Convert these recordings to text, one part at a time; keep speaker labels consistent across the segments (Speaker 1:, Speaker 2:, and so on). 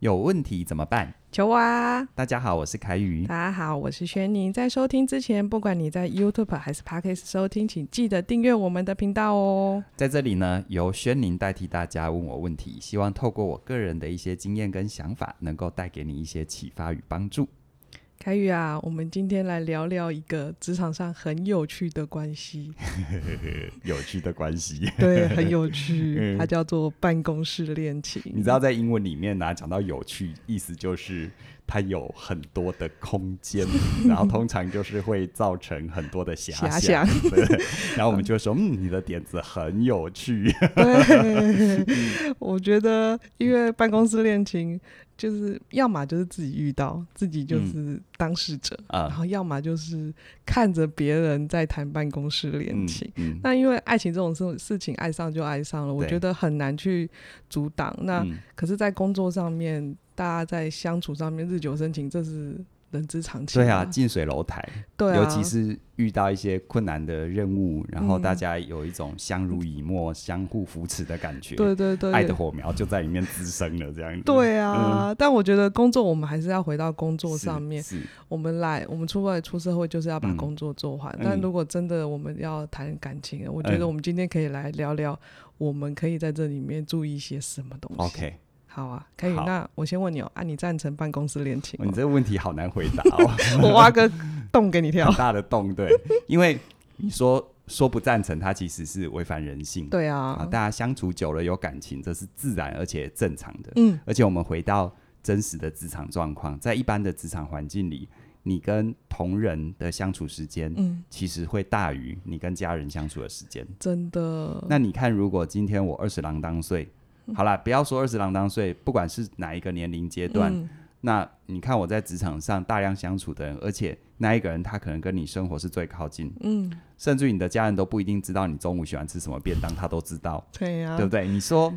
Speaker 1: 有问题怎么办？
Speaker 2: 球啊！
Speaker 1: 大家好，我是凯宇。
Speaker 2: 大家好，我是轩宁。在收听之前，不管你在 YouTube 还是 Podcast 收听，请记得订阅我们的频道哦。
Speaker 1: 在这里呢，由轩宁代替大家问我问题，希望透过我个人的一些经验跟想法，能够带给你一些启发与帮助。
Speaker 2: 凯宇啊，我们今天来聊聊一个职场上很有趣的 关系，
Speaker 1: 有趣的关系，
Speaker 2: 对，很有趣，它叫做办公室恋情。
Speaker 1: 嗯你知道在英文里面呢、讲到有趣，意思就是它有很多的空间，然后通常就是会造成很多的遐
Speaker 2: 遐
Speaker 1: 想。 对，然后我们就会说，嗯，你的点子很有趣。
Speaker 2: 对，我觉得因为办公室恋情，就是要么就是自己遇到，自己
Speaker 1: 嗯
Speaker 2: 就是当事者，
Speaker 1: 啊
Speaker 2: 然后要么就是看着别人在谈办公室恋情。
Speaker 1: 嗯，
Speaker 2: 那因为爱情这种事事情，爱上就爱上了，我
Speaker 1: 对
Speaker 2: 觉得很难去阻挡。那、
Speaker 1: 嗯
Speaker 2: 可是，在工作上面，大家在相处上面日久生情，这是人之常情、
Speaker 1: 对啊，近水楼台。
Speaker 2: 对啊，
Speaker 1: 尤其是遇到一些困难的任务，然后大
Speaker 2: 嗯
Speaker 1: 家有一种相濡以沫、相互扶持的感觉，
Speaker 2: 对对对，
Speaker 1: 爱的火苗就在里面滋生了，这样子。
Speaker 2: 对啊，但我觉得工作我们还是要回到工作上面。
Speaker 1: 是是
Speaker 2: 我们来，我们出来出社会就是要把
Speaker 1: 嗯
Speaker 2: 工作做完。
Speaker 1: 嗯
Speaker 2: 但如果真的我们要谈感情了，我觉得
Speaker 1: 嗯
Speaker 2: 我们今天可以来聊聊，我们可以在这里面注意一些什么东西。
Speaker 1: OK。
Speaker 2: 好啊，可以。
Speaker 1: 好
Speaker 2: 那我先问你哦，啊，你赞成办公室恋情
Speaker 1: 你
Speaker 2: 吗？
Speaker 1: 这个问题好难回答 哦，
Speaker 2: 我挖个洞给你跳
Speaker 1: 很。大的洞，对，因为你说说不赞成，它其实是违反人性。
Speaker 2: 对
Speaker 1: 啊，
Speaker 2: 啊，
Speaker 1: 大家相处久了有感情，这是自然而且正常的。
Speaker 2: 嗯，
Speaker 1: 而且我们回到真实的职场状况，在一般的职场环境里，你跟同人的相处时间，
Speaker 2: 嗯，
Speaker 1: 其实会大于你跟家人相处的时间。
Speaker 2: 真的。
Speaker 1: 那你看，如果今天我二十郎当岁，
Speaker 2: 嗯
Speaker 1: 好啦，不要说二十郎当岁，不管是哪一个年龄阶段，
Speaker 2: 嗯
Speaker 1: 那你看我在职场上大量相处的人，而且那一个人他可能跟你生活是最靠近，
Speaker 2: 嗯，
Speaker 1: 甚至于你的家人都不一定知道你中午喜欢吃什么便当，他都知道，
Speaker 2: 对啊呀
Speaker 1: 对，不对？你说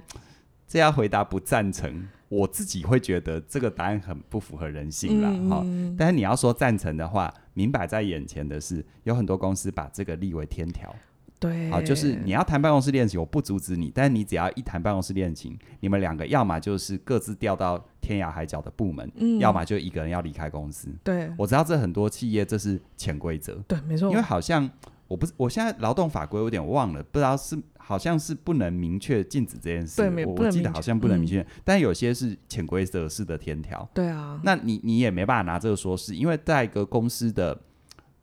Speaker 1: 这要回答不赞成，我自己会觉得这个答案很不符合人性啦，哈、
Speaker 2: 嗯
Speaker 1: 但是你要说赞成的话，明摆在眼前的是，有很多公司把这个立为天条。
Speaker 2: 对，
Speaker 1: 好，就是你要谈办公室恋情，我不阻止你，但是你只要一谈办公室恋情，你们两个要么就是各自调到天涯海角的部门，
Speaker 2: 嗯
Speaker 1: 要么就一个人要离开公司。
Speaker 2: 对
Speaker 1: 我知道这很多企业这是潜规则，
Speaker 2: 对，没错，
Speaker 1: 因为好像我不是我现在劳动法规有点忘了，不知道是好像是不能明确禁止这件事
Speaker 2: 对，没
Speaker 1: 我
Speaker 2: 不
Speaker 1: 我
Speaker 2: 能
Speaker 1: 记得
Speaker 2: 明
Speaker 1: 好
Speaker 2: 确
Speaker 1: 像不能
Speaker 2: 嗯
Speaker 1: 明确，但有些是潜规则式的天条。
Speaker 2: 对啊，
Speaker 1: 那你你也没办法拿这个说事，因为在一个公司的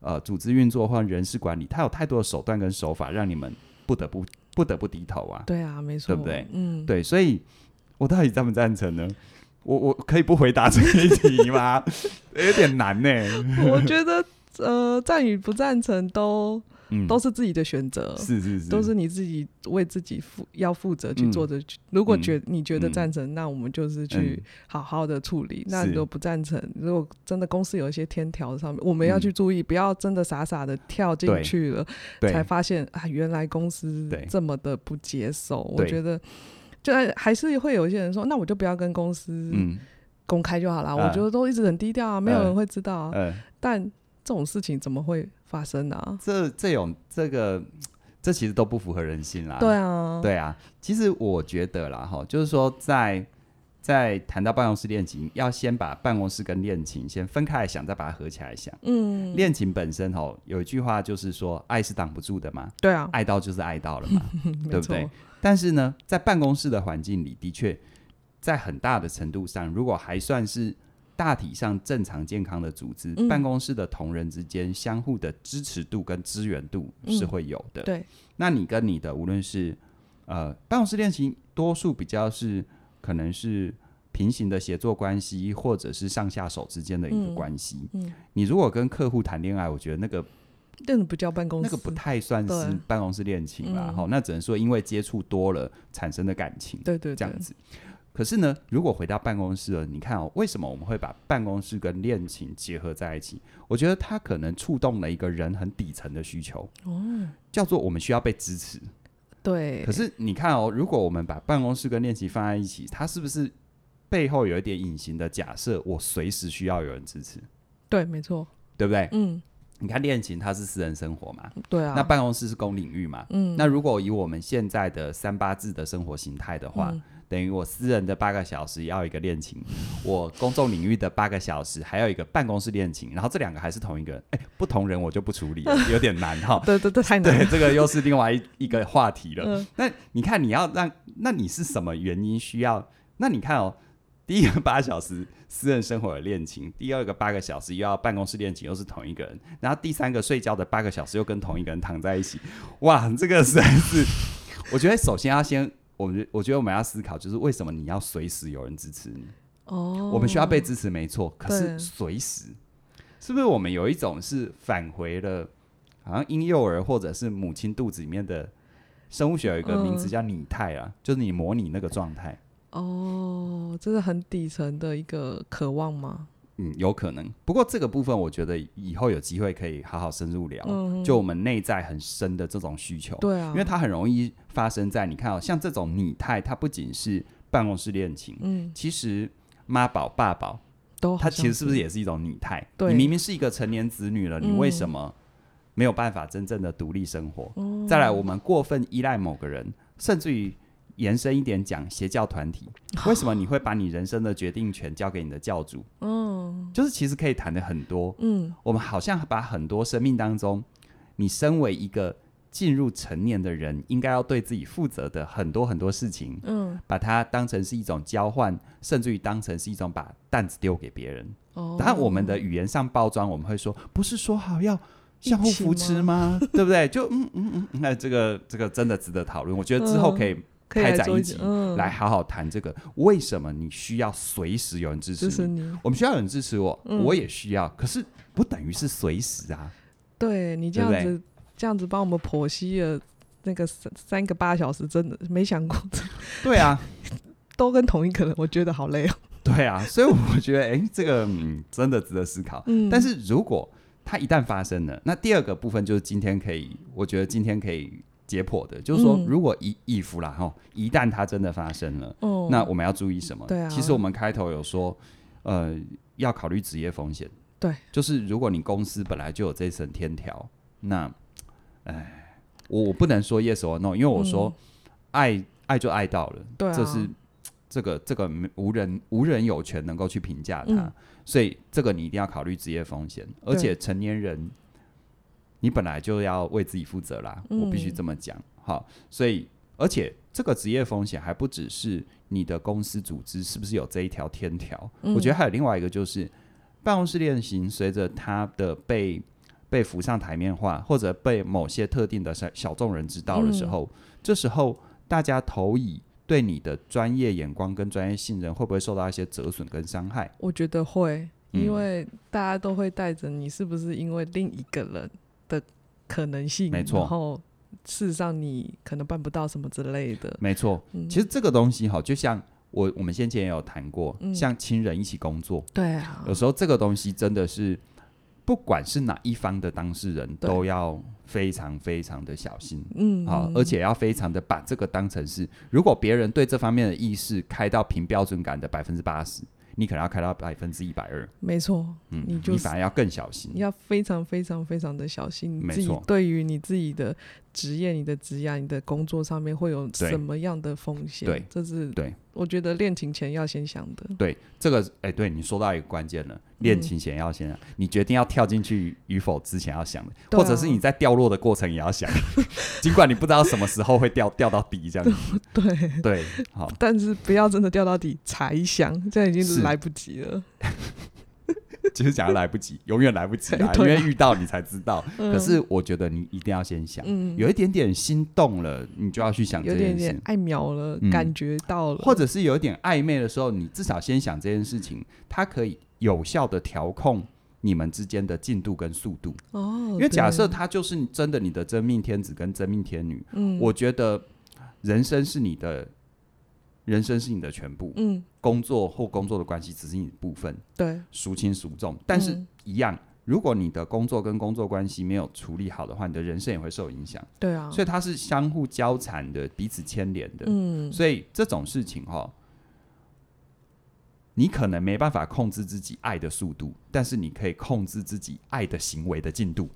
Speaker 1: 呃组织运作或人事管理，它有太多的手段跟手法，让你们不得不不得不低头啊。
Speaker 2: 对啊，没错，
Speaker 1: 对不对？
Speaker 2: 嗯，
Speaker 1: 对，所以我到底赞不赞成呢？我我可以不回答这一题吗？有点难呢、
Speaker 2: 我觉得呃，赞与不赞成都
Speaker 1: 嗯，
Speaker 2: 都是自己的选择，
Speaker 1: 是是是，
Speaker 2: 都是你自己为自己负要负责去
Speaker 1: 嗯
Speaker 2: 做的。如果
Speaker 1: 嗯
Speaker 2: 觉你觉得
Speaker 1: 嗯
Speaker 2: 赞成，那我们就是去好好的处理。那
Speaker 1: 是
Speaker 2: 如果不赞成，如果真的公司有一些天条上面，我们要
Speaker 1: 嗯
Speaker 2: 去注意，不要真的傻傻的跳进
Speaker 1: 对
Speaker 2: 去了，才
Speaker 1: 对
Speaker 2: 发现啊，原来公司
Speaker 1: 对
Speaker 2: 这么的不接受。我
Speaker 1: 对
Speaker 2: 觉得。就还是会有一些人说，那我就不要跟公司
Speaker 1: 嗯
Speaker 2: 公开就好啦。
Speaker 1: 啊
Speaker 2: 我觉得都一直很低调啊，没有
Speaker 1: 呃
Speaker 2: 人会知道啊。
Speaker 1: 呃，
Speaker 2: 但这种事情怎么会发生啊？
Speaker 1: 这这种这个这其实都不符合人性啦。
Speaker 2: 对啊，
Speaker 1: 对啊，其实我觉得啦，哈，就是说在在谈到办公室恋情，要先把办公室跟恋情先分开来想，再把它合起来想。
Speaker 2: 嗯，
Speaker 1: 恋情本身吼，有一句话就是说，爱是挡不住的嘛，
Speaker 2: 对啊，
Speaker 1: 爱到就是爱到了嘛，
Speaker 2: 嗯 没
Speaker 1: 对不
Speaker 2: 错
Speaker 1: 对？？但是呢，在办公室的环境里，的确在很大的程度上，如果还算是大体上正常健康的组织，
Speaker 2: 嗯
Speaker 1: 办公室的同仁之间相互的支持度跟支援度是会有的。
Speaker 2: 嗯对，
Speaker 1: 那你跟你的无论是呃办公室恋情，多数比较是可能是平行的协作关系，或者是上下手之间的一个
Speaker 2: 嗯
Speaker 1: 关系。
Speaker 2: 嗯，
Speaker 1: 你如果跟客户谈恋爱，我觉得那个
Speaker 2: 那个不叫办公室，
Speaker 1: 那个不太算
Speaker 2: 对
Speaker 1: 是办公室恋情啦，
Speaker 2: 嗯
Speaker 1: 哈、那只能说因为接触多了产生的感情，
Speaker 2: 对对对
Speaker 1: 这样子。可是呢，如果回到办公室了，你看哦，为什么我们会把办公室跟恋情结合在一起？我觉得它可能触动了一个人很底层的需求，
Speaker 2: 哦，
Speaker 1: 叫做我们需要被支持。
Speaker 2: 对，
Speaker 1: 可是你看哦，如果我们把办公室跟练习放在一起，它是不是背后有一点隐形的假设？我随时需要有人支持，
Speaker 2: 对，没错，
Speaker 1: 对不对？
Speaker 2: 嗯，
Speaker 1: 你看恋情它是私人生活嘛，
Speaker 2: 对啊，
Speaker 1: 那办公室是公领域嘛。
Speaker 2: 嗯，
Speaker 1: 那如果以我们现在的三八制的生活形态的话，
Speaker 2: 嗯
Speaker 1: 等于我私人的八个小时要一个恋情，我公众领域的八个小时还有一个办公室恋情，然后这两个还是同一个人，哎，不同人我就不处理了， 有点难哈。
Speaker 2: 对对对，太难
Speaker 1: 对，
Speaker 2: 了。
Speaker 1: 这个又是另外一 一个话题了。
Speaker 2: 嗯
Speaker 1: 那你看，你要让，那你是什么原因需要？那你看哦，第一个八小时私人生活的恋情，第二个八个小时又要办公室恋情，又是同一个人，然后第三个睡觉的八个小时又跟同一个人躺在一起，哇，这个实在是，我觉得首先要先。我们我觉得我们要思考，就是为什么你要随时有人支持你？
Speaker 2: 哦，
Speaker 1: 我们需要被支持，没错。可
Speaker 2: 对
Speaker 1: 是随时，是不是我们有一种是返回了，好像婴幼儿或者是母亲肚子里面的生物学有一个名词
Speaker 2: 嗯
Speaker 1: 叫拟态啊，就是你模拟那个状态。
Speaker 2: 哦，这是很底层的一个渴望吗？
Speaker 1: 嗯，有可能。不过这个部分，我觉得以后有机会可以好好深入聊，
Speaker 2: 嗯
Speaker 1: 就我们内在很深的这种需求，
Speaker 2: 对啊，
Speaker 1: 因为它很容易发生在你看哦，像这种拟态，它不仅是办公室恋情，
Speaker 2: 嗯
Speaker 1: 其实妈宝、爸宝
Speaker 2: 都好
Speaker 1: 它其
Speaker 2: 像
Speaker 1: 实是不是也是一种拟态？
Speaker 2: 对
Speaker 1: 你明明是一个成年子女了，你为
Speaker 2: 嗯
Speaker 1: 什么没有办法真正的独立生活？
Speaker 2: 哦
Speaker 1: 再来，我们过分依赖某个人，甚至于延伸一点讲邪教团 体，为什么你会把你人生的决定权交给你的教主？
Speaker 2: 嗯
Speaker 1: 就是其实可以谈的很多，
Speaker 2: 嗯
Speaker 1: 我们好像把很多生命当中，你身为一个进入成年的人，应该要对自己负责的很多很多事情，
Speaker 2: 嗯
Speaker 1: 把它当成是一种交换，甚至于当成是一种把担子丢给别人。
Speaker 2: 哦，
Speaker 1: 然后我们的语言上包装，我们会说，不是说好要相互
Speaker 2: 一起
Speaker 1: 扶持吗？ 对不对？就嗯嗯嗯，那这个这个真的值得讨论。我觉得之后可以
Speaker 2: 嗯可以
Speaker 1: 开
Speaker 2: 来
Speaker 1: 展
Speaker 2: 做
Speaker 1: 一
Speaker 2: 集
Speaker 1: 集，
Speaker 2: 嗯，
Speaker 1: 来好好谈这个，为什么你需要随时有人支
Speaker 2: 支
Speaker 1: 持
Speaker 2: 持
Speaker 1: 你？
Speaker 2: 你。
Speaker 1: 我们需要有人支持我，
Speaker 2: 嗯
Speaker 1: 我也需要，可是不等于是随时 啊。
Speaker 2: 对你这
Speaker 1: 对
Speaker 2: 样
Speaker 1: 不
Speaker 2: 子，这样子帮我们剖析了那个三三个八小时，真的没想过，
Speaker 1: 对啊，
Speaker 2: 都跟同一个人，我觉得好累哦。
Speaker 1: 对啊，所以我觉得，哎，这个嗯，真的值得思考。
Speaker 2: 嗯，
Speaker 1: 但是如果它一旦发生了，那第二个部分就是今天可以，我觉得今天可以解剖的，就是说，
Speaker 2: 嗯
Speaker 1: 如果一一夫啦哈，一旦它真的发生了，
Speaker 2: 哦，
Speaker 1: 那我们要注意什么？
Speaker 2: 对啊
Speaker 1: 其实我们开头有说，呃，要考虑职业风险。
Speaker 2: 对，
Speaker 1: 就是如果你公司本来就有这层天条，那，哎，我我不能说 yes or no，因为我说、爱爱就爱到了，
Speaker 2: 嗯对啊
Speaker 1: 这是这个这个没无人无人有权能够去评价它，
Speaker 2: 嗯
Speaker 1: 所以这个你一定要考虑职业风险，而且成年人你本来就要为自己负责啦，
Speaker 2: 嗯
Speaker 1: 我必须这么讲。好，所以而且这个职业风险还不只是你的公司组织是不是有这一条天条，
Speaker 2: 嗯
Speaker 1: 我觉得还有另外一个就是办公室恋情随着它的被被浮上台面化，或者被某些特定的小小众人知道的时候，
Speaker 2: 嗯
Speaker 1: 这时候大家投以对你的专业眼光跟专业信任，会不会受到一些折损跟伤害？
Speaker 2: 我觉得会，
Speaker 1: 嗯
Speaker 2: 因为大家都会带着你是不是因为另一个人的可能性，
Speaker 1: 没错
Speaker 2: 然后事实上你可能办不到什么之类的。
Speaker 1: 没错，
Speaker 2: 嗯
Speaker 1: 其实这个东西哈，就像我我们先前也有谈过，
Speaker 2: 嗯
Speaker 1: 像亲人一起工作，
Speaker 2: 对啊
Speaker 1: 有，时候这个东西真的是，不管是哪一方的当事人，
Speaker 2: 对
Speaker 1: 都要非常非常的小心。
Speaker 2: 嗯，
Speaker 1: 好，而且要非常的把这个当成是，如果别人对这方面的意识开到凭标准感的百分之八十，你可能要开到百分之一百二，
Speaker 2: 没错，
Speaker 1: 嗯，
Speaker 2: 你就
Speaker 1: 反而要更小心
Speaker 2: 你。要非常非常非常的小心，你
Speaker 1: 没
Speaker 2: 自己
Speaker 1: 错
Speaker 2: 对于你自己的职业、你的职业、你的工作上面会有
Speaker 1: 对
Speaker 2: 什么样的风险？
Speaker 1: 对
Speaker 2: 这是
Speaker 1: 对，
Speaker 2: 我觉得恋情前要先想的。
Speaker 1: 对，这个，哎、对你说到一个关键了，恋情前要先，你决定要跳进去与否之前要想的，
Speaker 2: 对啊
Speaker 1: 或者是你在掉落的过程也要想， 尽管你不知道什么时候会掉掉到底这样子。
Speaker 2: 对，
Speaker 1: 对，好，
Speaker 2: 但是不要真的掉到底才想，这样已
Speaker 1: 是
Speaker 2: 经来不及了。
Speaker 1: 其实讲来不及，永远来不及啊，因
Speaker 2: 对
Speaker 1: 为
Speaker 2: 啊
Speaker 1: 遇到你才知道。
Speaker 2: 嗯
Speaker 1: 可是我觉得你一定要先想，
Speaker 2: 嗯
Speaker 1: 有一点点心动了，你就要去想
Speaker 2: 有
Speaker 1: 这
Speaker 2: 点
Speaker 1: 件事，
Speaker 2: 点爱秒了，
Speaker 1: 嗯
Speaker 2: 感觉到了，
Speaker 1: 或者是有一点暧昧的时候，你至少先想这件事情，它可以有效的调控你们之间的进度跟速度。
Speaker 2: 哦，
Speaker 1: 因为假设
Speaker 2: 对
Speaker 1: 他就是真的你的真命天子跟真命天女，
Speaker 2: 嗯
Speaker 1: 我觉得人生是你的，人生是你的全部，
Speaker 2: 嗯
Speaker 1: 工作或工作的关系只是你的部分，
Speaker 2: 对
Speaker 1: 孰轻孰重，但是
Speaker 2: 嗯
Speaker 1: 一样。如果你的工作跟工作关系没有处理好的话，你的人生也会受影响，
Speaker 2: 对啊，
Speaker 1: 所以它是相互交 缠的，彼此牵连的。
Speaker 2: 嗯
Speaker 1: 所以这种事情哈、你可能没办法控制自己爱的速度，但是你可以控制自己爱的行为的进 度。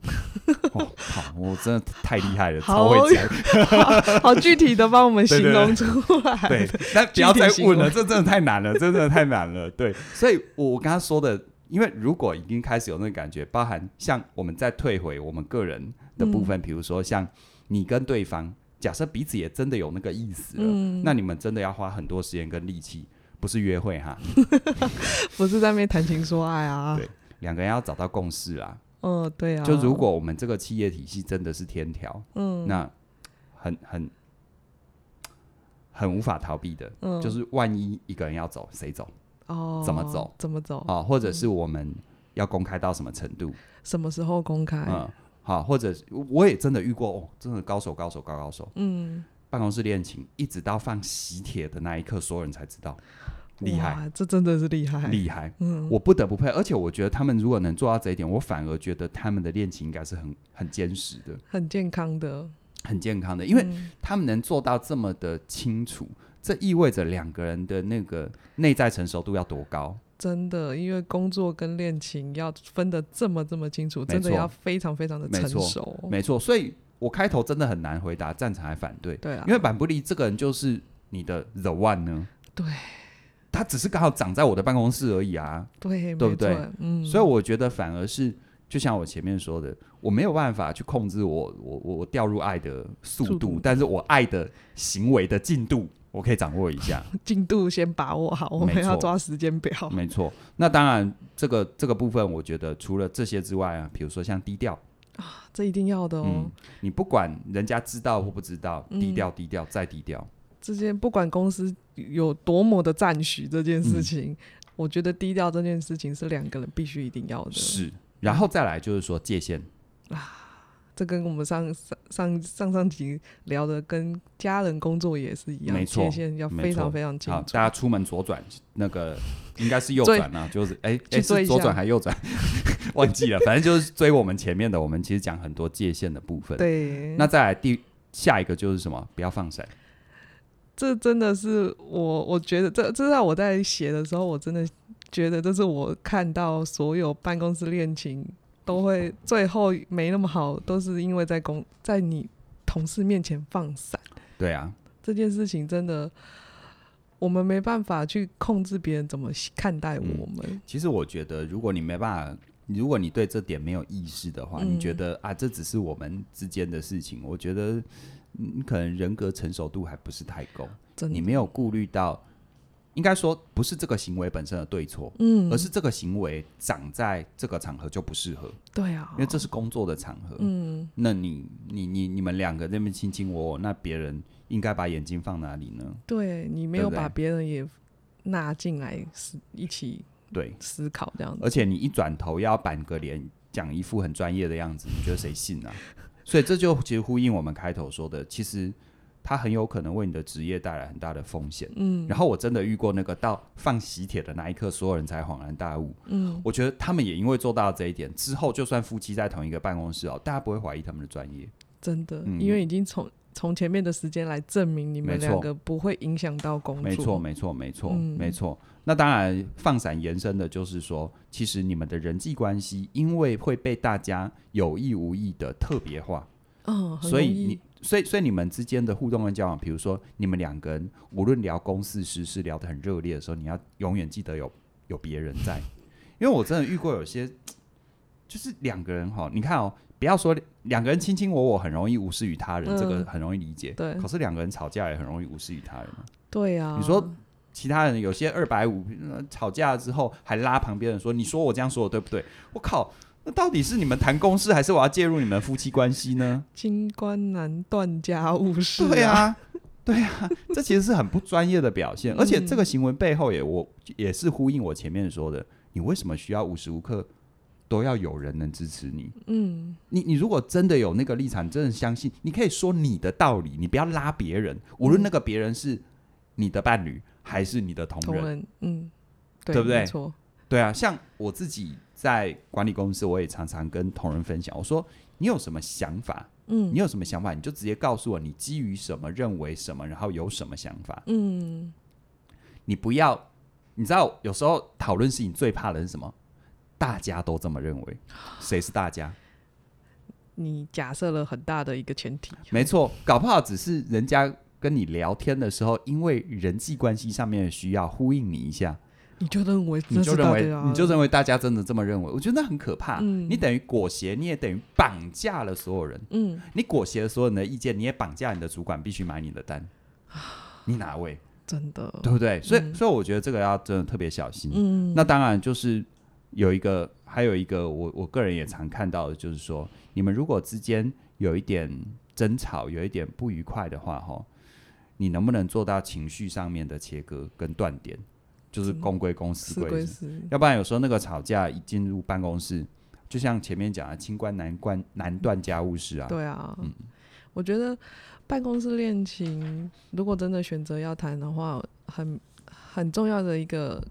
Speaker 1: 哦，好，我真的太厉害了，超
Speaker 2: 好
Speaker 1: 会讲。
Speaker 2: 好好具体的帮我们
Speaker 1: 对对
Speaker 2: 形容出来。
Speaker 1: 对，但不要再
Speaker 2: 具体行
Speaker 1: 问了，
Speaker 2: 为
Speaker 1: 这真的太难了，这真的太难了。对，所以我我刚刚说的，因为如果已经开始有那个感觉，包含像我们再退回我们个人的部
Speaker 2: 嗯
Speaker 1: 分，比、如说像你跟对方，假设彼此也真的有那个意思了，
Speaker 2: 嗯
Speaker 1: 那你们真的要花很多时间跟力气，不是约会哈，
Speaker 2: 嗯不是在那边谈情说爱啊。
Speaker 1: 对两个人要找到共识啦。
Speaker 2: 嗯，对啊。
Speaker 1: 就如果我们这个企业体系真的是天条，
Speaker 2: 嗯，
Speaker 1: 那很很很无法逃避的，
Speaker 2: 嗯
Speaker 1: 就是万一一个人要走，谁走？
Speaker 2: 哦，
Speaker 1: 怎么走？
Speaker 2: 怎么走？
Speaker 1: 啊，或者是
Speaker 2: 嗯
Speaker 1: 我们要公开到什么程度？
Speaker 2: 什么时候公开？
Speaker 1: 嗯，好，或者是我也真的遇过，哦，真的高手高手高高手，
Speaker 2: 嗯，
Speaker 1: 办公室恋情一直到放喜帖的那一刻，所有人才知道，厉害
Speaker 2: 哇，这真的是厉害。
Speaker 1: 厉害。
Speaker 2: 嗯，
Speaker 1: 我不得不佩服，而且我觉得他们如果能做到这一点，我反而觉得他们的恋情应该是很很坚实的、
Speaker 2: 很健康的，
Speaker 1: 很健康的，因为
Speaker 2: 嗯
Speaker 1: 他们能做到这么的清楚，这意味着两个人的那个内在成熟度要多高。
Speaker 2: 真的，因为工作跟恋情要分得这么这么清楚，
Speaker 1: 错
Speaker 2: 真的要非常非常的成熟。
Speaker 1: 没错，所以我开头真的很难回答赞成还反对，
Speaker 2: 对啊
Speaker 1: 因，为板布利这个人就是你的 the one 呢，
Speaker 2: 对
Speaker 1: 他只是刚好长在我的办公室而已啊，
Speaker 2: 对，
Speaker 1: 对
Speaker 2: 没
Speaker 1: 不对
Speaker 2: 错，嗯，
Speaker 1: 所以我觉得反而是就像我前面说的，我没有办法去控制我我我我掉入爱的速度，
Speaker 2: 速度
Speaker 1: 但是我爱的行为的进度我可以掌握一 下，
Speaker 2: 进度先把握好，我们
Speaker 1: 没
Speaker 2: 要
Speaker 1: 错
Speaker 2: 抓时间表。
Speaker 1: 没错。那当然这个这个部分，我觉得除了这些之外啊，比如说像低调，
Speaker 2: 这一定要的哦。
Speaker 1: 嗯，你不管人家知道或不知道，
Speaker 2: 嗯
Speaker 1: 低调低调再低调，
Speaker 2: 这件不管公司有多么的赞许这件事
Speaker 1: 嗯
Speaker 2: 情，我觉得低调这件事情是两个人必须一定要的。，
Speaker 1: 是。然后再来就是说界限，
Speaker 2: 这跟我们上上上上上集聊的跟家人工作也是一样，
Speaker 1: 没错
Speaker 2: 界限要
Speaker 1: 没
Speaker 2: 非
Speaker 1: 错
Speaker 2: 常非常清
Speaker 1: 好，
Speaker 2: 楚。
Speaker 1: 大家出门左转，那个应该是右转啊，就是哎哎、
Speaker 2: 去追
Speaker 1: 是
Speaker 2: 一
Speaker 1: 左
Speaker 2: 下
Speaker 1: 转还右转， 忘记了，反正就是追我们前面的。我们其实讲很多界限的部分。，
Speaker 2: 对，
Speaker 1: 那再来第下一个就是什么？不要放闪。
Speaker 2: 这真的是我，我觉得这这在我在写的时候，我真的觉得这是我看到所有办公室恋情都会最后没那么好，都是因为在公在你同事面前放闪。
Speaker 1: 对啊，
Speaker 2: 这件事情真的，我们没办法去控制别人怎么看待
Speaker 1: 嗯
Speaker 2: 我们。
Speaker 1: 其实我觉得，如果你没办法，如果你对这点没有意识的话，
Speaker 2: 嗯
Speaker 1: 你觉得啊，这只是我们之间的事情，我觉得你可能人格成熟度还不是太够，
Speaker 2: 真
Speaker 1: 你
Speaker 2: 的，
Speaker 1: 没有顾虑到，应该说不是这个行为本身的对错，
Speaker 2: 嗯，
Speaker 1: 而是这个行为长在这个场合就不适合，
Speaker 2: 对啊，
Speaker 1: 因为这是工作的场合。
Speaker 2: 嗯，
Speaker 1: 那你你你你们两个在那边卿卿我我，那别人应该把眼睛放哪里呢？
Speaker 2: 对你没有
Speaker 1: 对不对
Speaker 2: 把别人也纳进来思一起
Speaker 1: 对，
Speaker 2: 思考这样子，
Speaker 1: 而且你一转头要板个脸，讲一副很专业的样子，你觉得谁信啊？ 所以这就其实呼应我们开头说的，其实它很有可能为你的职业带来很大的风险。
Speaker 2: 嗯
Speaker 1: 然后我真的遇过那个到放喜帖的那一刻，所有人才恍然大悟。
Speaker 2: 嗯，
Speaker 1: 我觉得他们也因为做到这一点之后，就算夫妻在同一个办公室哦，大家不会怀疑他们的专业。
Speaker 2: 真的，
Speaker 1: 嗯
Speaker 2: 因为已经从从前面的时间来证明你
Speaker 1: 没
Speaker 2: 们
Speaker 1: 错
Speaker 2: 两个不会影响到工作，
Speaker 1: 没错，，没错，没错，
Speaker 2: 嗯
Speaker 1: 没错。那当然，放散延伸的就是说，其实你们的人际关系，因为会被大家有意无意的特别化，
Speaker 2: 嗯，很
Speaker 1: 所以
Speaker 2: 容易
Speaker 1: 你，所以，所以你们之间的互动跟交往，比如说你们两个人无论聊公事私事聊得很热烈的时候，你要永远记得有有别人在，因为我真的遇过有些，就是两个人哈，你看哦，不要说两个人卿卿我我很容易无视于他人，这个
Speaker 2: 嗯
Speaker 1: 很容易理解，
Speaker 2: 对
Speaker 1: 可是两个人吵架也很容易无视于他人嘛。
Speaker 2: 对啊，
Speaker 1: 你说其他人有些二百五呃吵架之后还拉旁边人说：“你说我这样说的对不对？”我靠，那到底是你们谈公事，还是我要介入你们夫妻关系呢？
Speaker 2: 清官难断家务事、
Speaker 1: 对
Speaker 2: 啊，
Speaker 1: 啊，对啊，这其实是很不专业的表现，
Speaker 2: 嗯
Speaker 1: 而且这个行为背后也我也是呼应我前面说的，你为什么需要无时无刻都要有人能支持你？
Speaker 2: 嗯，
Speaker 1: 你你如果真的有那个立场，真的相信，你可以说你的道理，你不要拉别人，无
Speaker 2: 嗯
Speaker 1: 论那个别人是你的伴侣还是你的同
Speaker 2: 同
Speaker 1: 仁。
Speaker 2: 仁，嗯，对
Speaker 1: 对不对
Speaker 2: 没错，
Speaker 1: 对啊，像我自己在管理公司，我也常常跟同仁分享，我说你有什么想法，
Speaker 2: 嗯
Speaker 1: 你有什么想法，你就直接告诉我，你基于什么认为什么，然后有什么想法，
Speaker 2: 嗯，
Speaker 1: 你不要你知道，有时候讨论事情最怕的是什么？大家都这么认为，谁是大 家？
Speaker 2: 你假设了很大的一个前提，
Speaker 1: 没错，搞不好只是人家跟你聊天的时候，因为人际关系上面的需要呼应你一下，
Speaker 2: 你就认为
Speaker 1: 你
Speaker 2: 这
Speaker 1: 就是认
Speaker 2: 大
Speaker 1: 为
Speaker 2: 家，啊
Speaker 1: 你就认为大家真的这么认为，我觉得那很可怕。
Speaker 2: 嗯
Speaker 1: 你等于裹挟，你也等于绑架了所有人，
Speaker 2: 嗯，
Speaker 1: 你裹挟了所有人的意见，你也绑架你的主管必须买你的 单，你哪位？
Speaker 2: 真的，
Speaker 1: 对不对？所以，
Speaker 2: 嗯
Speaker 1: 所以我觉得这个要真的特别小心。
Speaker 2: 嗯，
Speaker 1: 那当然就是有一个，还有一个我我个人也常看到的，就是说，你们如果之间有一点争吵，有一点不愉快的话，哈，你能不能做到情绪上面的切割跟断点？就是公归公，私
Speaker 2: 是
Speaker 1: 归
Speaker 2: 嗯归
Speaker 1: 私。
Speaker 2: 是，
Speaker 1: 要不然有时候那个吵架一进入办公室，就像前面讲的“清官难关难断家务事”啊，
Speaker 2: 对啊，
Speaker 1: 嗯
Speaker 2: 我觉得办公室恋情，如果真的选择要谈的话，很很重要的一个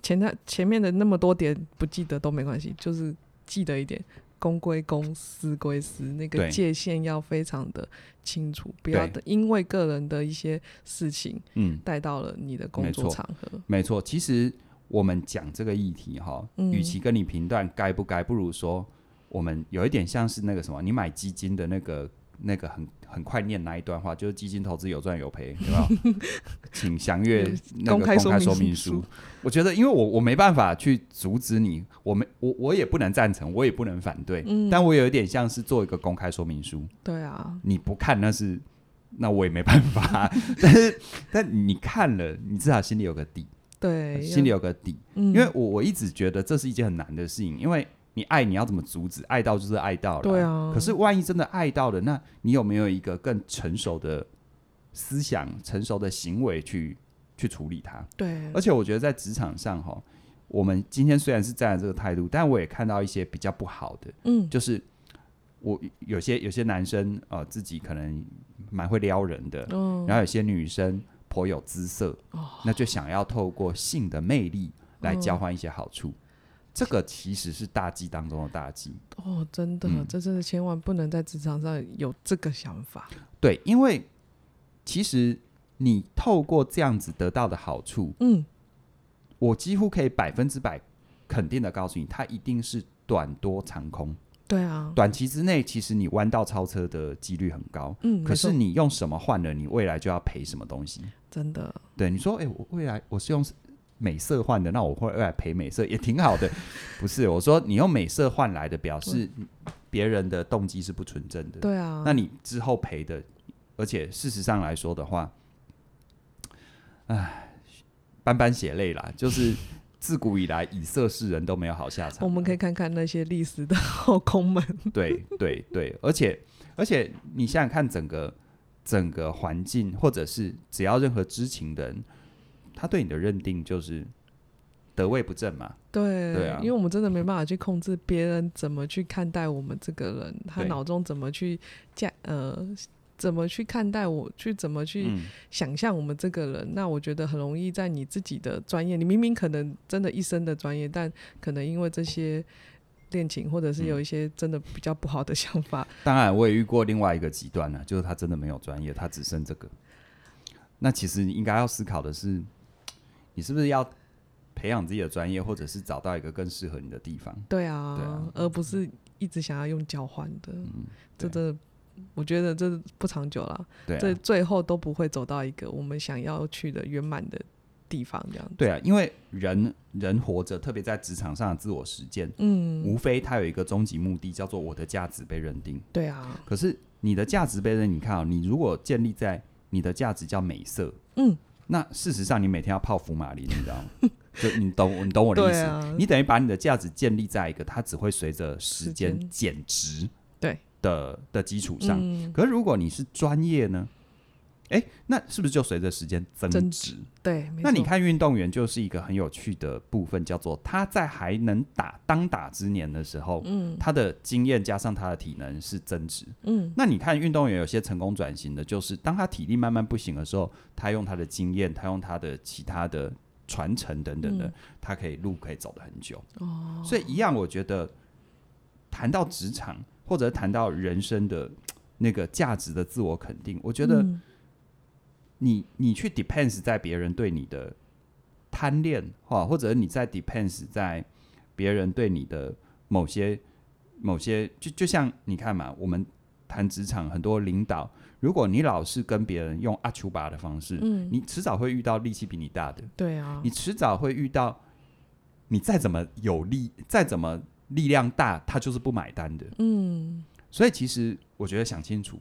Speaker 2: 前台前面的那么多点不记得都没关系，就是记得一点。公归公，私归私，那个
Speaker 1: 对
Speaker 2: 界限要非常的清楚，不要
Speaker 1: 对
Speaker 2: 因为个人的一些事情
Speaker 1: 嗯，
Speaker 2: 带到了你的工
Speaker 1: 没
Speaker 2: 作
Speaker 1: 错
Speaker 2: 场合。
Speaker 1: 没错，其实我们讲这个议题哈，
Speaker 2: 嗯
Speaker 1: 与其跟你评断该不该，不如说我们有一点像是那个什么，你买基金的那个那个很很快念那一段话，就是基金投资有赚有赔，对 吧？请详阅那个
Speaker 2: 公
Speaker 1: 公
Speaker 2: 开
Speaker 1: 开
Speaker 2: 说明
Speaker 1: 说明
Speaker 2: 书
Speaker 1: 书。我觉得，因为我我没办法去阻止你，我没我我也不能赞成，我也不能反对，
Speaker 2: 嗯
Speaker 1: 但我有一点像是做一个公开说明书，
Speaker 2: 对啊，
Speaker 1: 你不看那是。那我也没办法， 但是但你看了，你至少心里有个底，
Speaker 2: 对，
Speaker 1: 心里
Speaker 2: 哎要，嗯
Speaker 1: 有个底。
Speaker 2: 因
Speaker 1: 因为我我一直觉得这是一件很难的事情，因为你爱你要怎么阻止？爱到就是爱到了，
Speaker 2: 对。啊，
Speaker 1: 可是万一真的爱到了，那你有没有一个更成熟的思想、成熟的行为去去处理它？
Speaker 2: 对
Speaker 1: 而，且我觉得在职场上哈，我们今天虽然是站在这个态度，但我也看到一些比较不好的，
Speaker 2: 嗯，
Speaker 1: 就是我有些有些男生啊、呃自己可能蛮会撩人的，
Speaker 2: 嗯，哦
Speaker 1: 然后有些女生颇有姿色，那就想要透过性的魅力来交换一些好
Speaker 2: 嗯
Speaker 1: 处。这个其实是大忌当中的大忌，
Speaker 2: 哦，真的，
Speaker 1: 嗯
Speaker 2: 这真的千万不能在职场上有这个想法。
Speaker 1: 对，因为其实你透过这样子得到的好处，
Speaker 2: 嗯，
Speaker 1: 我几乎可以百分之百肯定的告诉你，它一定是短多长空。
Speaker 2: 对啊，
Speaker 1: 短期之内，其实你弯道超车的几率很高，
Speaker 2: 嗯，
Speaker 1: 可
Speaker 2: 没错
Speaker 1: 是你用什么换了，你未来就要赔什么东西。
Speaker 2: 真的，
Speaker 1: 对，你说，哎、我未来我是用美色换的，那我会未来赔美色也挺好的。不是，我说你用美色换来的，表示别人的动机是不纯正的。
Speaker 2: 对啊，
Speaker 1: 那你之后赔的，而且事实上来说的话，唉，斑斑血泪啦，就是自古以来以色示人都没有好下场。啊
Speaker 2: 我们可以看看那些历史的 后宫们。
Speaker 1: 对对对，而且而且你想想看，整个整个环境，或者是只要任何知情的人，他对你的认定就是得位不正嘛。
Speaker 2: 对，
Speaker 1: 对啊
Speaker 2: 因为我们真的没办法去控制别人怎么去看待我们这个人，他
Speaker 1: 对
Speaker 2: 脑中怎么去架呃。怎么去看待我？去怎么去
Speaker 1: 嗯，
Speaker 2: 想象我们这个人？那我觉得很容易在你自己的专业，你明明可能真的一身的专业，但可能因为这些恋情，或者是
Speaker 1: 嗯
Speaker 2: 有一些真的比较不好的 想法，
Speaker 1: 当然我也遇过另外一个极端了、啊就是他真的没有专业，他只剩这个。那其实应该要思考的是，你是不是要培养自己的专业，或者是找到一个更适合你的地方？
Speaker 2: 对啊，
Speaker 1: 对啊
Speaker 2: 而不是一直想要用交换的，
Speaker 1: 嗯对
Speaker 2: 这真的，我觉得这不长久了，
Speaker 1: 对、啊，
Speaker 2: 这最后都不会走到一个我们想要去的圆满的地方，这样子。
Speaker 1: 对啊，因为人人活着，特别在职场上的自我实践，
Speaker 2: 嗯，
Speaker 1: 无非它有一个终极目的，叫做我的价值被认定。
Speaker 2: 对啊，
Speaker 1: 可是你的价值被认，你看啊、你如果建立在你的价值叫美色，
Speaker 2: 嗯，那
Speaker 1: 那事实上你每天要泡福马林，你知道吗？ 就你懂你懂我的意
Speaker 2: 对
Speaker 1: 思，
Speaker 2: 啊
Speaker 1: 你等于把你的价值建立在一个它只会随着时
Speaker 2: 时
Speaker 1: 间
Speaker 2: 间
Speaker 1: 减值
Speaker 2: 对
Speaker 1: 的的基础上。
Speaker 2: 嗯，
Speaker 1: 可是如果你是专业呢？哎，那是不是就随着时间增
Speaker 2: 增
Speaker 1: 值
Speaker 2: 对，没
Speaker 1: 那你
Speaker 2: 错，
Speaker 1: 看运动员就是一个很有趣的部分，叫做他在还能打当打之年的时候，
Speaker 2: 嗯
Speaker 1: 他的经验加上他的体能是增值。
Speaker 2: 嗯，
Speaker 1: 那你看运动员有些成功转型的，就是当他体力慢慢不行的时候，他用他的经验，他用他的其他的传承等等的，
Speaker 2: 嗯
Speaker 1: 他可以路可以走得很久。
Speaker 2: 哦，
Speaker 1: 所以一样，我觉得谈到职场或者谈到人生的嘖那个价值的自我肯定，我觉得
Speaker 2: 嗯
Speaker 1: 你你去 depends 在别人对你的贪恋哈，或者你在 depends 在别人对你的某些某些，就就像你看嘛，我们谈职场很多领导，如果你老是跟别人用阿丘巴的方式，
Speaker 2: 嗯，
Speaker 1: 你迟早会遇到力气比你大的，
Speaker 2: 对啊
Speaker 1: 你，迟早会遇到，你再怎么有力，再怎么力量大，他就是不买单的。
Speaker 2: 嗯，
Speaker 1: 所以其实我觉得想清楚，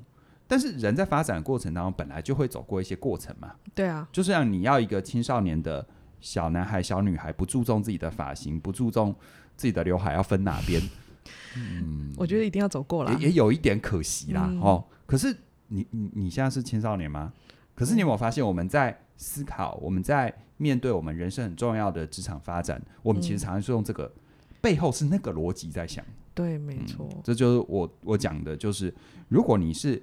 Speaker 1: 但是人在发展的过程当中，本来就会走过一些过程嘛，
Speaker 2: 对啊，
Speaker 1: 就是让你要一个青少年的小男孩、小女孩，不注重自己的发型，不注重自己的刘海要分哪边，
Speaker 2: 我觉得一定要走过啦。
Speaker 1: 嗯也也有一点可惜啦。
Speaker 2: 嗯
Speaker 1: 哦，可是你你你现在是青少年吗？可是你有没有发现，我们在思考，我们在面对我们人生很重要的职场发展，我们其实
Speaker 2: 嗯
Speaker 1: 常常是用这个、背后是那个逻辑在想。
Speaker 2: 对，
Speaker 1: 嗯
Speaker 2: 没错，
Speaker 1: 这就是我我讲的，就是如果你是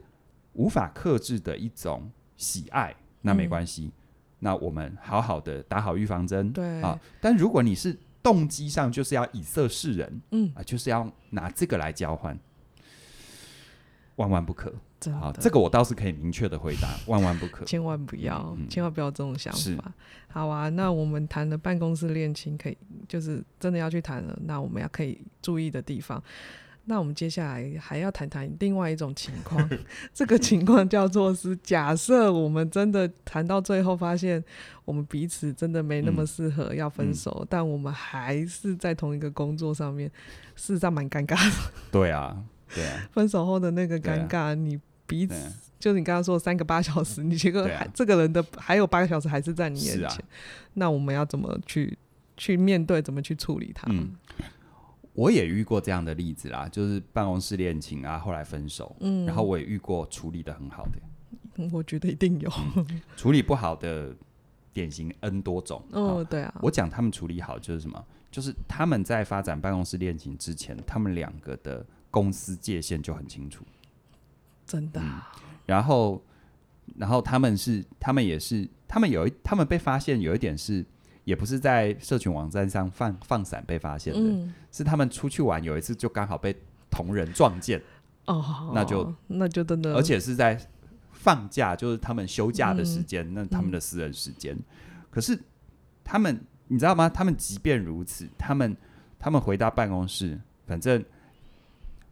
Speaker 1: 无法克制的一种喜爱，那
Speaker 2: 嗯
Speaker 1: 没关系，那我们好好的打好预防针，
Speaker 2: 对
Speaker 1: 啊。但如果你是动机上就是要以色示人
Speaker 2: 嗯，
Speaker 1: 啊，就是要拿这个来交换，万万不可。
Speaker 2: 真
Speaker 1: 好，
Speaker 2: 的，
Speaker 1: 这个我倒是可以明确的回答， 万万不可。
Speaker 2: 千万不要，
Speaker 1: 嗯
Speaker 2: 千万不要这种想
Speaker 1: 是
Speaker 2: 法。好啊，那我们谈的办公室恋情，可以就是真的要去谈了，那我们要可以注意的地方。那我们接下来还要谈谈另外一种情 况，这个情况叫做是假设我们真的谈到最后，发现我们彼此真的没那么
Speaker 1: 嗯
Speaker 2: 适合，要分
Speaker 1: 嗯
Speaker 2: 手，但我们还是在同一个工作上面，事实上蛮尴尬的。
Speaker 1: 对啊，对啊，
Speaker 2: 分手后的那个
Speaker 1: 对啊
Speaker 2: 尴尬，你彼此
Speaker 1: 对啊，
Speaker 2: 就是你刚刚说三个八小时，你结果
Speaker 1: 对啊
Speaker 2: 还、这个人的还有八个小时还是在你眼
Speaker 1: 是
Speaker 2: 前，
Speaker 1: 啊
Speaker 2: 那我们要怎么去去面对，怎么去处理它？
Speaker 1: 嗯。我也遇过这样的例子啦，就是办公室恋情啊，后来分手，
Speaker 2: 嗯
Speaker 1: 然后我也遇过处理的很好的，
Speaker 2: 嗯我觉得一定有。
Speaker 1: 处理不好的典型 N 多种。
Speaker 2: 哦，
Speaker 1: 哦，
Speaker 2: 对啊，
Speaker 1: 我讲他们处理好就是什么？就是他们在发展办公室恋情之前，他们两个的公司界限就很清楚。
Speaker 2: 真的啊、
Speaker 1: 然后，然后他们是，他们也是，他们有一，他们被发现有一点是，也不是在社群网站上放放闪被发现的，
Speaker 2: 嗯，
Speaker 1: 是他们出去玩有一次就刚好被同仁撞见，
Speaker 2: 哦，
Speaker 1: 那就
Speaker 2: 那就真的，
Speaker 1: 而且是在放假，就是他们休假的时间，那他们的私人时间。可是他们，你知道吗？他们即便如此，他们他们回到办公室，反正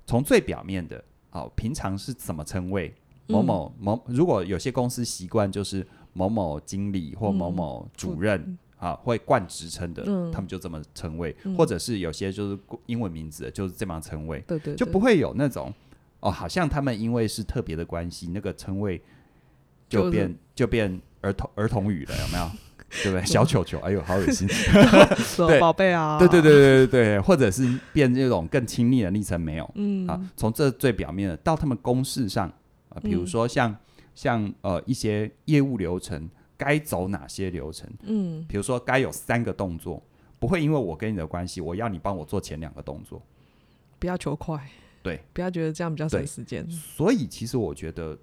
Speaker 1: 从最表面的，好、平常是怎么称谓？某
Speaker 2: 嗯
Speaker 1: 某某，如果有些公司习惯就是某某经理或
Speaker 2: 嗯
Speaker 1: 某某主任。啊，会冠职称的，
Speaker 2: 嗯
Speaker 1: 他们就这么称谓，
Speaker 2: 嗯
Speaker 1: 或者是有些就是英文名字的，就是这么称谓。
Speaker 2: 对对
Speaker 1: 就
Speaker 2: 对
Speaker 1: 不会有那种哦，好像他们因为是特别的关系，那个称谓
Speaker 2: 就
Speaker 1: 就是变就变儿童儿童语了，有 没有？对不对？小球球，哎呦，好恶心！
Speaker 2: 说
Speaker 1: 对
Speaker 2: 宝贝啊，
Speaker 1: 对对对，对对对，或者是变那种更亲密的昵称没有
Speaker 2: 嗯，
Speaker 1: 啊？从这最表面的到他们公事上，呃，比如
Speaker 2: 嗯
Speaker 1: 说像像呃一些业务流程该走哪些流程，
Speaker 2: 嗯，
Speaker 1: 比如说该有三个动作，不会因为我跟你的关系，我要你帮我做前两个动作。
Speaker 2: 不要求快，
Speaker 1: 对，
Speaker 2: 不要觉得这样比较省
Speaker 1: 对
Speaker 2: 时间，
Speaker 1: 所以其实我觉得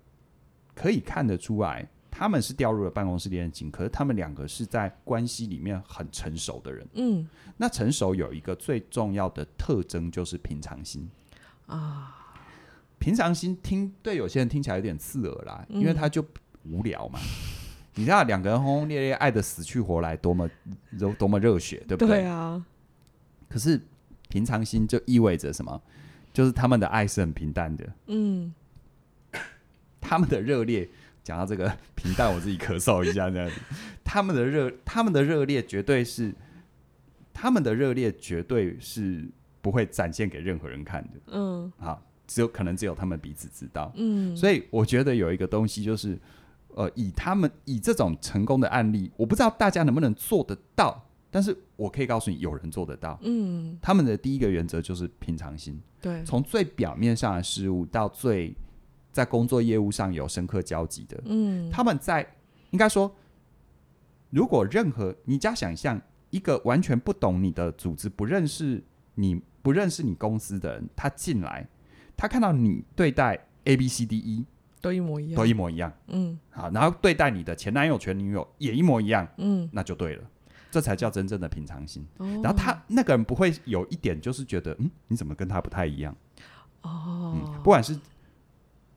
Speaker 1: 可以看得出来，他们是掉入了办公室恋情，可是他们两个是在关系里面很成熟的人。
Speaker 2: 嗯
Speaker 1: 那成熟有一个最重要的特征就是平常心。
Speaker 2: 啊，
Speaker 1: 平常心听对有些人听起来有点刺耳啦，
Speaker 2: 嗯
Speaker 1: 因为他就无聊嘛。你知道两个人轰轰烈烈爱的死去活来，多么多多么热血，对不
Speaker 2: 对啊，
Speaker 1: 可是平常心就意味着什么？就是他们的爱是很平淡的，
Speaker 2: 嗯，
Speaker 1: 他们的热烈，讲到这个平淡，我自己咳嗽一下这样子。他们的热，他们的热烈绝对是，他们的热烈绝对是不会展现给任何人看的
Speaker 2: 嗯
Speaker 1: 啊，只有可能只有他们彼此知道。
Speaker 2: 嗯，
Speaker 1: 所以我觉得有一个东西就是，呃，以他们以这种成功的案例，我不知道大家能不能做得到，但是我可以告诉你，有人做得到。
Speaker 2: 嗯，
Speaker 1: 他们的第一个原则就是平常心。
Speaker 2: 对，
Speaker 1: 从最表面上的事物到最在工作业务上有深刻交集的，
Speaker 2: 嗯，
Speaker 1: 他们在应该说，如果任何你加想象一个完全不懂你的组织、不认识你、不认识你公司的人，他进来，他看到你对待 A、B、C、D、E
Speaker 2: 都一模一样，
Speaker 1: 都一模一样
Speaker 2: 嗯
Speaker 1: 啊，然后对待你的前男友、前女友也一模一样，
Speaker 2: 嗯，
Speaker 1: 那就对了，这才叫真正的平常心。
Speaker 2: 然
Speaker 1: 然后他那个人不会有一点就是觉得，嗯，你怎么跟他不太一样？
Speaker 2: 哦，
Speaker 1: 嗯，不管是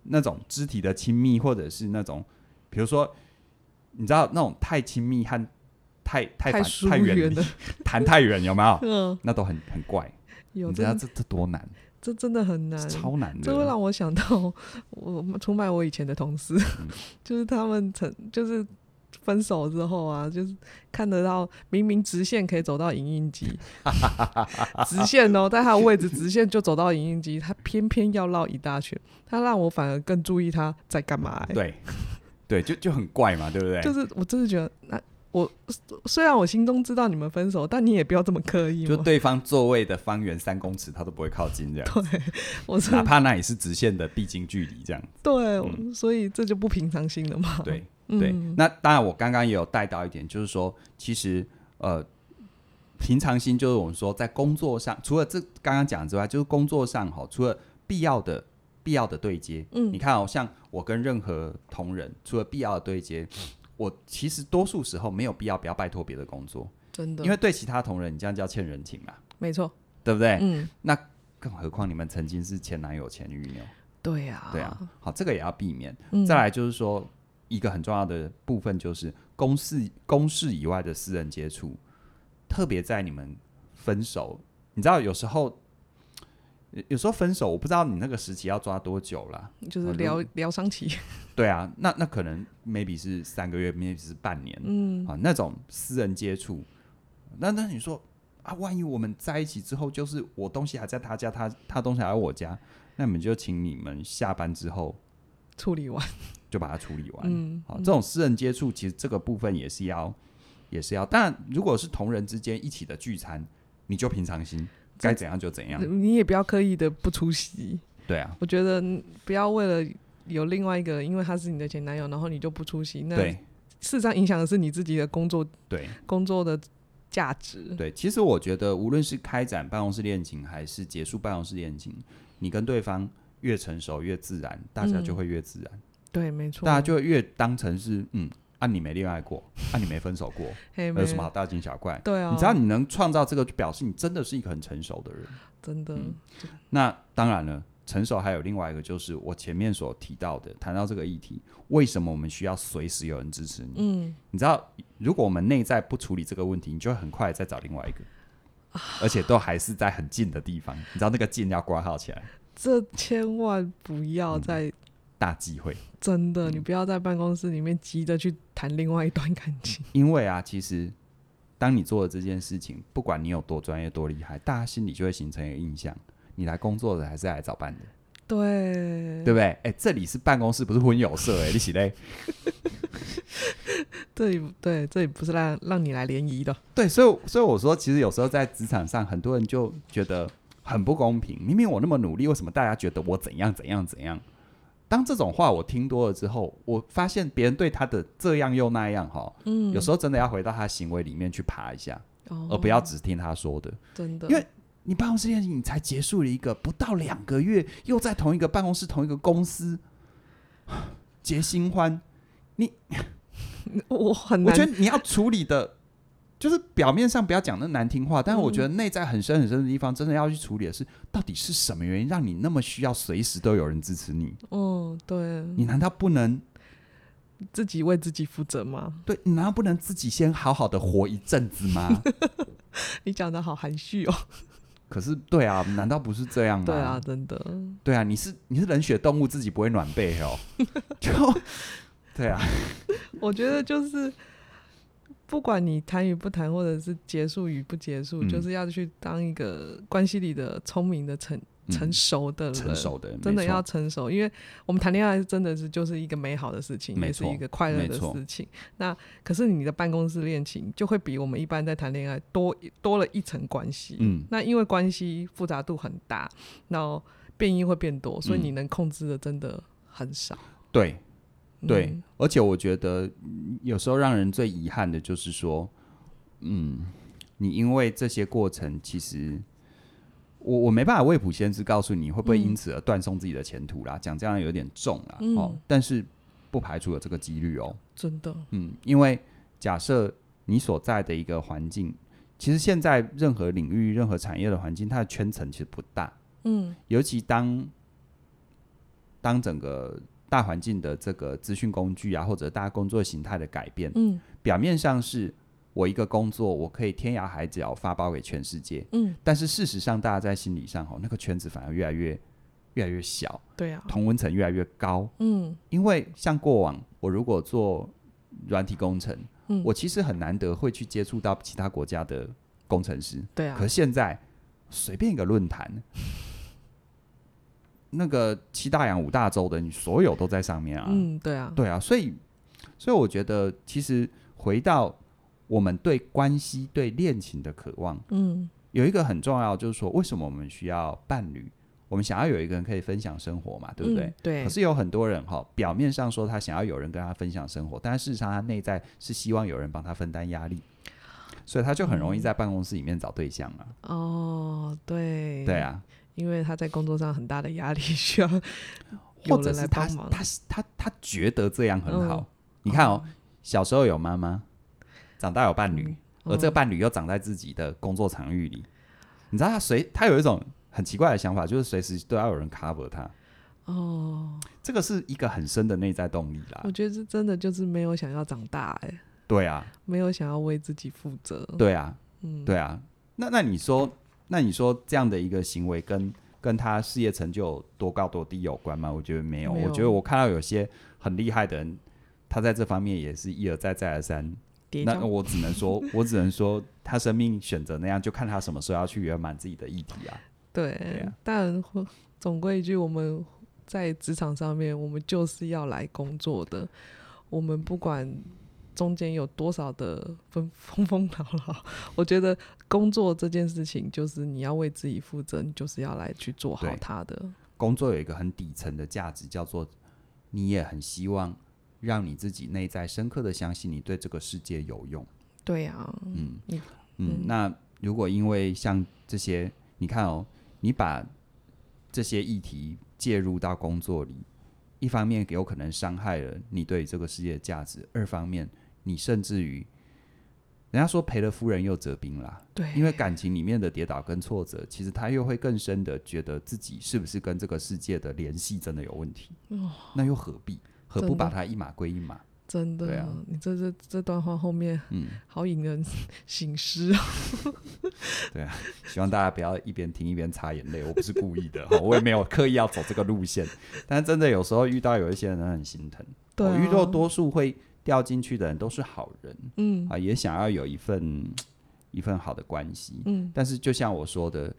Speaker 1: 那种肢体的亲密，或者是那种，比如说，你知道那种太亲密和太太
Speaker 2: 太
Speaker 1: 反
Speaker 2: 疏
Speaker 1: 太远
Speaker 2: 远
Speaker 1: 离
Speaker 2: 了，
Speaker 1: 谈太远有没有？
Speaker 2: 嗯，
Speaker 1: 那都很很怪，
Speaker 2: 有
Speaker 1: 你知道
Speaker 2: 这
Speaker 1: 这这多难，
Speaker 2: 这真的很难
Speaker 1: 是，超难
Speaker 2: 这会
Speaker 1: 的。
Speaker 2: 让我想到我出卖我以前的同事，
Speaker 1: 嗯
Speaker 2: 就是他们曾就是分手之后啊，就是看得到明明直线可以走到影印 机，直线哦，在他的位置直线就走到影印机，他偏偏要绕一大圈，他让我反而更注意他在干嘛、欸。
Speaker 1: 对对，就就很怪嘛，对不对？
Speaker 2: 就是我真的觉得，那我虽然我心中知道你们分手，但你也不要这么刻意
Speaker 1: 就
Speaker 2: 嘛。
Speaker 1: 对方座位的方圆三公尺，他都不会靠近这样，
Speaker 2: 我是
Speaker 1: 哪怕那也是直线的必经距离这样。
Speaker 2: 对、
Speaker 1: 嗯
Speaker 2: 所以这就不平常心了嘛。
Speaker 1: 对
Speaker 2: 嗯，
Speaker 1: 对，那当然我刚刚也有带到一点，就是说，其实呃，平常心就是我们说在工作上，除了这刚刚讲之外，就是工作上哈，除了必要的必要的对接，
Speaker 2: 嗯
Speaker 1: 你看哦，像我跟任何同仁，除了必要的对接。我其实多数时候没有必要不要拜托别的工作，
Speaker 2: 真的，
Speaker 1: 因为对其他同仁你这样叫欠人情嘛，
Speaker 2: 没错，
Speaker 1: 对不对？
Speaker 2: 嗯，
Speaker 1: 更何况你们曾经是前男友、前女友，
Speaker 2: 对呀、
Speaker 1: 对啊，，好，这个也要避免。
Speaker 2: 嗯，
Speaker 1: 再来就是说，一个很重要的部分就是公事公事以外的私人接触，特别在你们分手，你知道有时候。有有时候分手，我不知道你那个时期要抓多久啦。
Speaker 2: 就是疗疗伤期，
Speaker 1: 对啊，那那可能 maybe 是三个月，maybe 是半年，
Speaker 2: 嗯，
Speaker 1: 啊，那种私人接触，那那你说啊，万一我们在一起之后，就是我东西还在他家，他他东西还在我家，那你们就请你们下班之后
Speaker 2: 处理完，
Speaker 1: 就把它处理完。
Speaker 2: 嗯，
Speaker 1: 好，这种私人接触，其实这个部分也是要，也是要。当然，如果是同人之间一起的聚餐，你就平常心，该怎样就怎样。
Speaker 2: 你也不要刻意的不出席，
Speaker 1: 对啊，
Speaker 2: 我觉得嗯不要为了。有另外一个，因为他是你的前男友，然后你就不出席，那嗯
Speaker 1: 对
Speaker 2: 事实上影响的是你自己的工作
Speaker 1: 对
Speaker 2: 工作的价值。
Speaker 1: 对。其实我觉得，无论是开展办公室恋情，还是结束办公室恋情，你跟对方越成熟越自然，大家就
Speaker 2: 嗯
Speaker 1: 会越自然。
Speaker 2: 对，没错。
Speaker 1: 大家就会越当成是嗯，啊你没恋爱过，啊你没分手过，
Speaker 2: 嘿
Speaker 1: 那
Speaker 2: 没
Speaker 1: 有什么好大惊小怪？
Speaker 2: 对啊，
Speaker 1: 你只要你能创造这个，就表示你真的是一个很成熟的人。
Speaker 2: 真的，
Speaker 1: 嗯那当然了，成熟还有另外一个，就是我前面所提到的，谈到这个议题，为什么我们需要随时有人支持你？
Speaker 2: 嗯，
Speaker 1: 你知道，如果我们内在不处理这个问题，你就会很快再找另外一个，而且都还是在很近的地方。你知道那个近要挂号起来，
Speaker 2: 这千万不要在、
Speaker 1: 嗯大忌讳。
Speaker 2: 真的，
Speaker 1: 嗯
Speaker 2: 你不要在办公室里面急着去谈另外一段感情。
Speaker 1: 因为啊，其实当你做了这件事情，不管你有多专业、多厉害，大家心里就会形成一个印象：你来工作的还是来找伴的，
Speaker 2: 对
Speaker 1: 对不对？哎，这里是办公室，不是婚友社、哎，你起嘞？
Speaker 2: 这里对这里不是让让你来联谊的，
Speaker 1: 对，所以所以我说，其实有时候在职场上，很多人就觉得很不公平。明明我那么努力，为什么大家觉得我怎样怎样怎样？当这种话我听多了之后，我发现别人对他的这样又那样哈，
Speaker 2: 嗯，
Speaker 1: 有时候真的要回到他行为里面去爬一下，
Speaker 2: 哦
Speaker 1: 而不要只听他说的。
Speaker 2: 真的，
Speaker 1: 因为你办公室恋情，你才结束了一个不到两个月，又在同一个办公室、同一个公司 结新欢，
Speaker 2: 我我很
Speaker 1: 我
Speaker 2: 难，
Speaker 1: 觉得你要处理的，就是表面上不要讲那难听话，但是我觉得
Speaker 2: 嗯
Speaker 1: 内在很深很深的地方，真的要去处理的是，到底是什么原因让你那么需要随时都有人支持你？
Speaker 2: 嗯，对，
Speaker 1: 你难道不能
Speaker 2: 自己为自己负责吗？
Speaker 1: 对？你难道不能自己先好好的活一阵子 吗？
Speaker 2: 你讲的好含蓄哦，
Speaker 1: 可是，对啊，难道不是这样吗？
Speaker 2: 对啊，，真的，
Speaker 1: 对啊，你是你是冷血动物，自己不会暖被 哦，就对啊。
Speaker 2: 我觉得就是。不管你谈与不谈，或者是结束与不结束，
Speaker 1: 嗯
Speaker 2: 就是要去当一个关系里的聪明的成成
Speaker 1: 嗯
Speaker 2: 熟的人，
Speaker 1: 成熟的，没
Speaker 2: 真的
Speaker 1: 错
Speaker 2: 要成熟，因为我们谈恋爱真的是就是一个美好的事情，
Speaker 1: 没
Speaker 2: 也是
Speaker 1: 错
Speaker 2: 一个快乐
Speaker 1: 没
Speaker 2: 的
Speaker 1: 错
Speaker 2: 事情。那可是你的办公室恋情就会比我们一般在谈恋爱多多了一层关系。
Speaker 1: 嗯
Speaker 2: 那因为关系复杂度很大，然后变因会变多，所以
Speaker 1: 嗯
Speaker 2: 你能控制的真的很少。
Speaker 1: 对
Speaker 2: 嗯
Speaker 1: 对、而且我觉得嗯有时候让人最遗憾的就是说，嗯，你因为这些过程，其实我我没办法未卜先知告诉你会不会因
Speaker 2: 嗯
Speaker 1: 此而断送自己的前途啦，讲这样有点重啦、
Speaker 2: 嗯
Speaker 1: 哦，但是不排除有这个几率哦，
Speaker 2: 真的，
Speaker 1: 嗯，因为假设你所在的一个环境，其实现在任何领域、任何产业的环境，它的圈层其实不大，
Speaker 2: 嗯
Speaker 1: 尤其当当整个大环境的这个资讯工具啊，或者大家工作形态的改变，
Speaker 2: 嗯
Speaker 1: 表面上是我一个工作，我可以天涯海角发包给全世界。
Speaker 2: 嗯，
Speaker 1: 但是事实上，大家在心理上吼，那个圈子反而越来越越来越小，
Speaker 2: 对啊，
Speaker 1: 同温层越来越高。
Speaker 2: 嗯
Speaker 1: 因为像过往，我如果做软体工程，
Speaker 2: 嗯，
Speaker 1: 我其实很难得会去接触到其他国家的工程师。
Speaker 2: 对啊
Speaker 1: 可，现在随便一个论坛， 那个七大洋五大洲的，你所有都在上面啊。
Speaker 2: 嗯，对啊，
Speaker 1: 对啊，所以所以我觉得，其实回到我们对关系、对恋情的渴望，
Speaker 2: 嗯
Speaker 1: 有一个很重要，就是说，为什么我们需要伴侣？我们想要有一个人可以分享生活嘛，对不对？
Speaker 2: 嗯对
Speaker 1: 可，是有很多人哈、表面上说他想要有人跟他分享生活，但事实上他内在是希望有人帮他分担压力，所以他就很
Speaker 2: 嗯
Speaker 1: 容易在办公室里面找对象啊。
Speaker 2: 哦，对，
Speaker 1: 对，啊，
Speaker 2: 因为他在工作上很大的压力， 需要
Speaker 1: 或
Speaker 2: 啊有
Speaker 1: 者
Speaker 2: 人
Speaker 1: 是
Speaker 2: 来
Speaker 1: 他
Speaker 2: 帮忙。
Speaker 1: 他他他觉得这样很好。
Speaker 2: 嗯
Speaker 1: 你看哦，小时候有妈妈，长大有伴侣，而这个
Speaker 2: 嗯
Speaker 1: 伴侣又长在自己的工作场域里，你知道他随他有一种很奇怪的想法，就是随时都要有人 cover 他。
Speaker 2: 哦，
Speaker 1: 这个是一个很深的内在动力啦
Speaker 2: 我。觉得这真的就是没有想要长大，哎，
Speaker 1: 对啊，
Speaker 2: 没有想要为自己负责。
Speaker 1: 对啊，
Speaker 2: 嗯，
Speaker 1: 对啊。那那你说，那你说这样的一个行为跟跟他事业成就有多高多低有关吗？我觉得没有。
Speaker 2: 没有
Speaker 1: 我觉得我看到有些很厉害的人，他在这方面也是一而再再而三。
Speaker 2: 叠
Speaker 1: 那
Speaker 2: 加
Speaker 1: 我只能说，我只能说，他生命选择那样，就看他什么时候要去圆满自己的议题啊。
Speaker 2: 对，
Speaker 1: 啊
Speaker 2: 但会总归一句，我们在职场上面，我们就是要来工作的。我们不管中间有多少的风风风 浪浪，我觉得工作这件事情，就是你要为自己负责，你就是要来去做好
Speaker 1: 对
Speaker 2: 它的。
Speaker 1: 工作有一个很底层的价值，叫做你也很希望让你自己内在深刻的相信你对这个世界有用。
Speaker 2: 对啊呀，
Speaker 1: 嗯
Speaker 2: 你
Speaker 1: 嗯
Speaker 2: 嗯，
Speaker 1: 那如果因为像这些，你看哦，你把这些议题介入到工作里，一方面有可能伤害了你对这个世界的价值，二方面你甚至于，人家说赔了夫人又折兵啦，
Speaker 2: 对，
Speaker 1: 因为感情里面的跌倒跟挫折，其实他又会更深的觉得自己是不是跟这个世界的联系真的有问题，
Speaker 2: 哦
Speaker 1: 那又何必何
Speaker 2: 真
Speaker 1: 不
Speaker 2: 的
Speaker 1: 把它一码归一码？
Speaker 2: 真
Speaker 1: 对
Speaker 2: 的，
Speaker 1: 啊
Speaker 2: 你这这这段话后面
Speaker 1: 嗯，
Speaker 2: 好引人 醒 思啊！
Speaker 1: 希望大家不要一边听一边擦眼泪，我不是故意的哈，我也没有刻意要走这个路线，但真的有时候遇到有一些人很心疼，
Speaker 2: 对
Speaker 1: 我
Speaker 2: 啊，
Speaker 1: 遇到多数会掉进去的人都是好人
Speaker 2: 嗯
Speaker 1: 啊，也想要有一份嗯一份好的关系，
Speaker 2: 嗯，
Speaker 1: 但是就像我说的，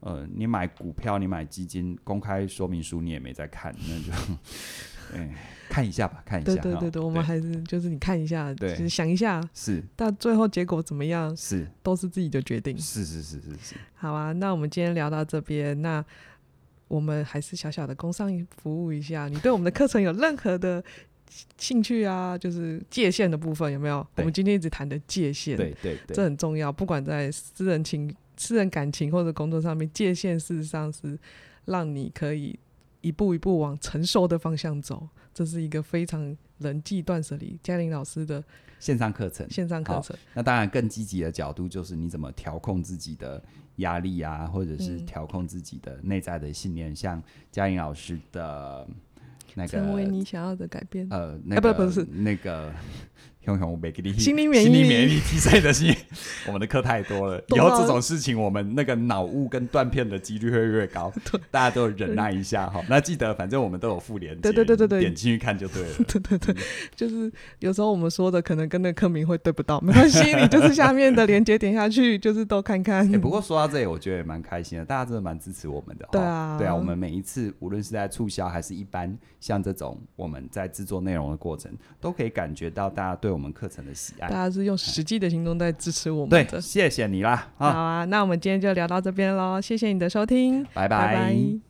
Speaker 1: 呃，你买股票，你买基金，公开说明书你也没在看，那就， 哎、看一下吧，看一下
Speaker 2: 对
Speaker 1: 哈。
Speaker 2: 对对对，我们还是就是你看一下，
Speaker 1: 对
Speaker 2: 就是想一下，
Speaker 1: 是
Speaker 2: 但最后结果怎么样
Speaker 1: 是
Speaker 2: 都是自己的决定。
Speaker 1: 是是是是是，
Speaker 2: 好啊，那我们今天聊到这边，那我们还是小小的工商服务一下。你对我们的课程有任何的兴趣啊，就是界限的部分有没有？
Speaker 1: 对
Speaker 2: 我们今天一直谈的界限，
Speaker 1: 对对
Speaker 2: 这
Speaker 1: 对，
Speaker 2: 很重要，不管在私人情、私人感情或者工作上面，界限事实上是让你可以一步一步往成熟的方向走。这是一个非常人际断舍离，嘉玲老师的
Speaker 1: 线上课程。
Speaker 2: 线上课
Speaker 1: 好
Speaker 2: 程。
Speaker 1: 那当然，更积极的角度就是你怎么调控自己的压力啊，或者是
Speaker 2: 嗯
Speaker 1: 调控自己的内在的信念，像嘉颖老师的那个
Speaker 2: 成为你想要的改变。
Speaker 1: 呃，那个、
Speaker 2: 啊不不是
Speaker 1: 那个熊熊没给你
Speaker 2: 心灵免疫
Speaker 1: 心灵免疫力提升的心， 我们的课太多了，以
Speaker 2: 懂
Speaker 1: 后
Speaker 2: 了
Speaker 1: 这种事情我们那个脑雾跟断片的几率会越 高，大家都忍耐一下哈。那记得，反正我们都有附连接，
Speaker 2: 对对对对对
Speaker 1: 点进去看就对了。
Speaker 2: 就是有时候我们说的可能跟那课名会对不到，没关系，你就是下面的连接点下去，就是都看看。
Speaker 1: 哎、不过说到这里，我觉得也蛮开心的，大家真的蛮支持我们的。
Speaker 2: 对
Speaker 1: 哈
Speaker 2: 啊
Speaker 1: 对啊，我们每一次无论是在促销还是一般像这种我们在制作内容的过程，都可以感觉到大家对我们课程的喜
Speaker 2: 大
Speaker 1: 爱。
Speaker 2: 家是用实际的行动在支持我们
Speaker 1: 对
Speaker 2: 的，。
Speaker 1: 谢谢你啦
Speaker 2: 好
Speaker 1: 啊，
Speaker 2: 啊，那我们今天就聊到这边喽，谢谢你的收听，
Speaker 1: 拜
Speaker 2: 拜拜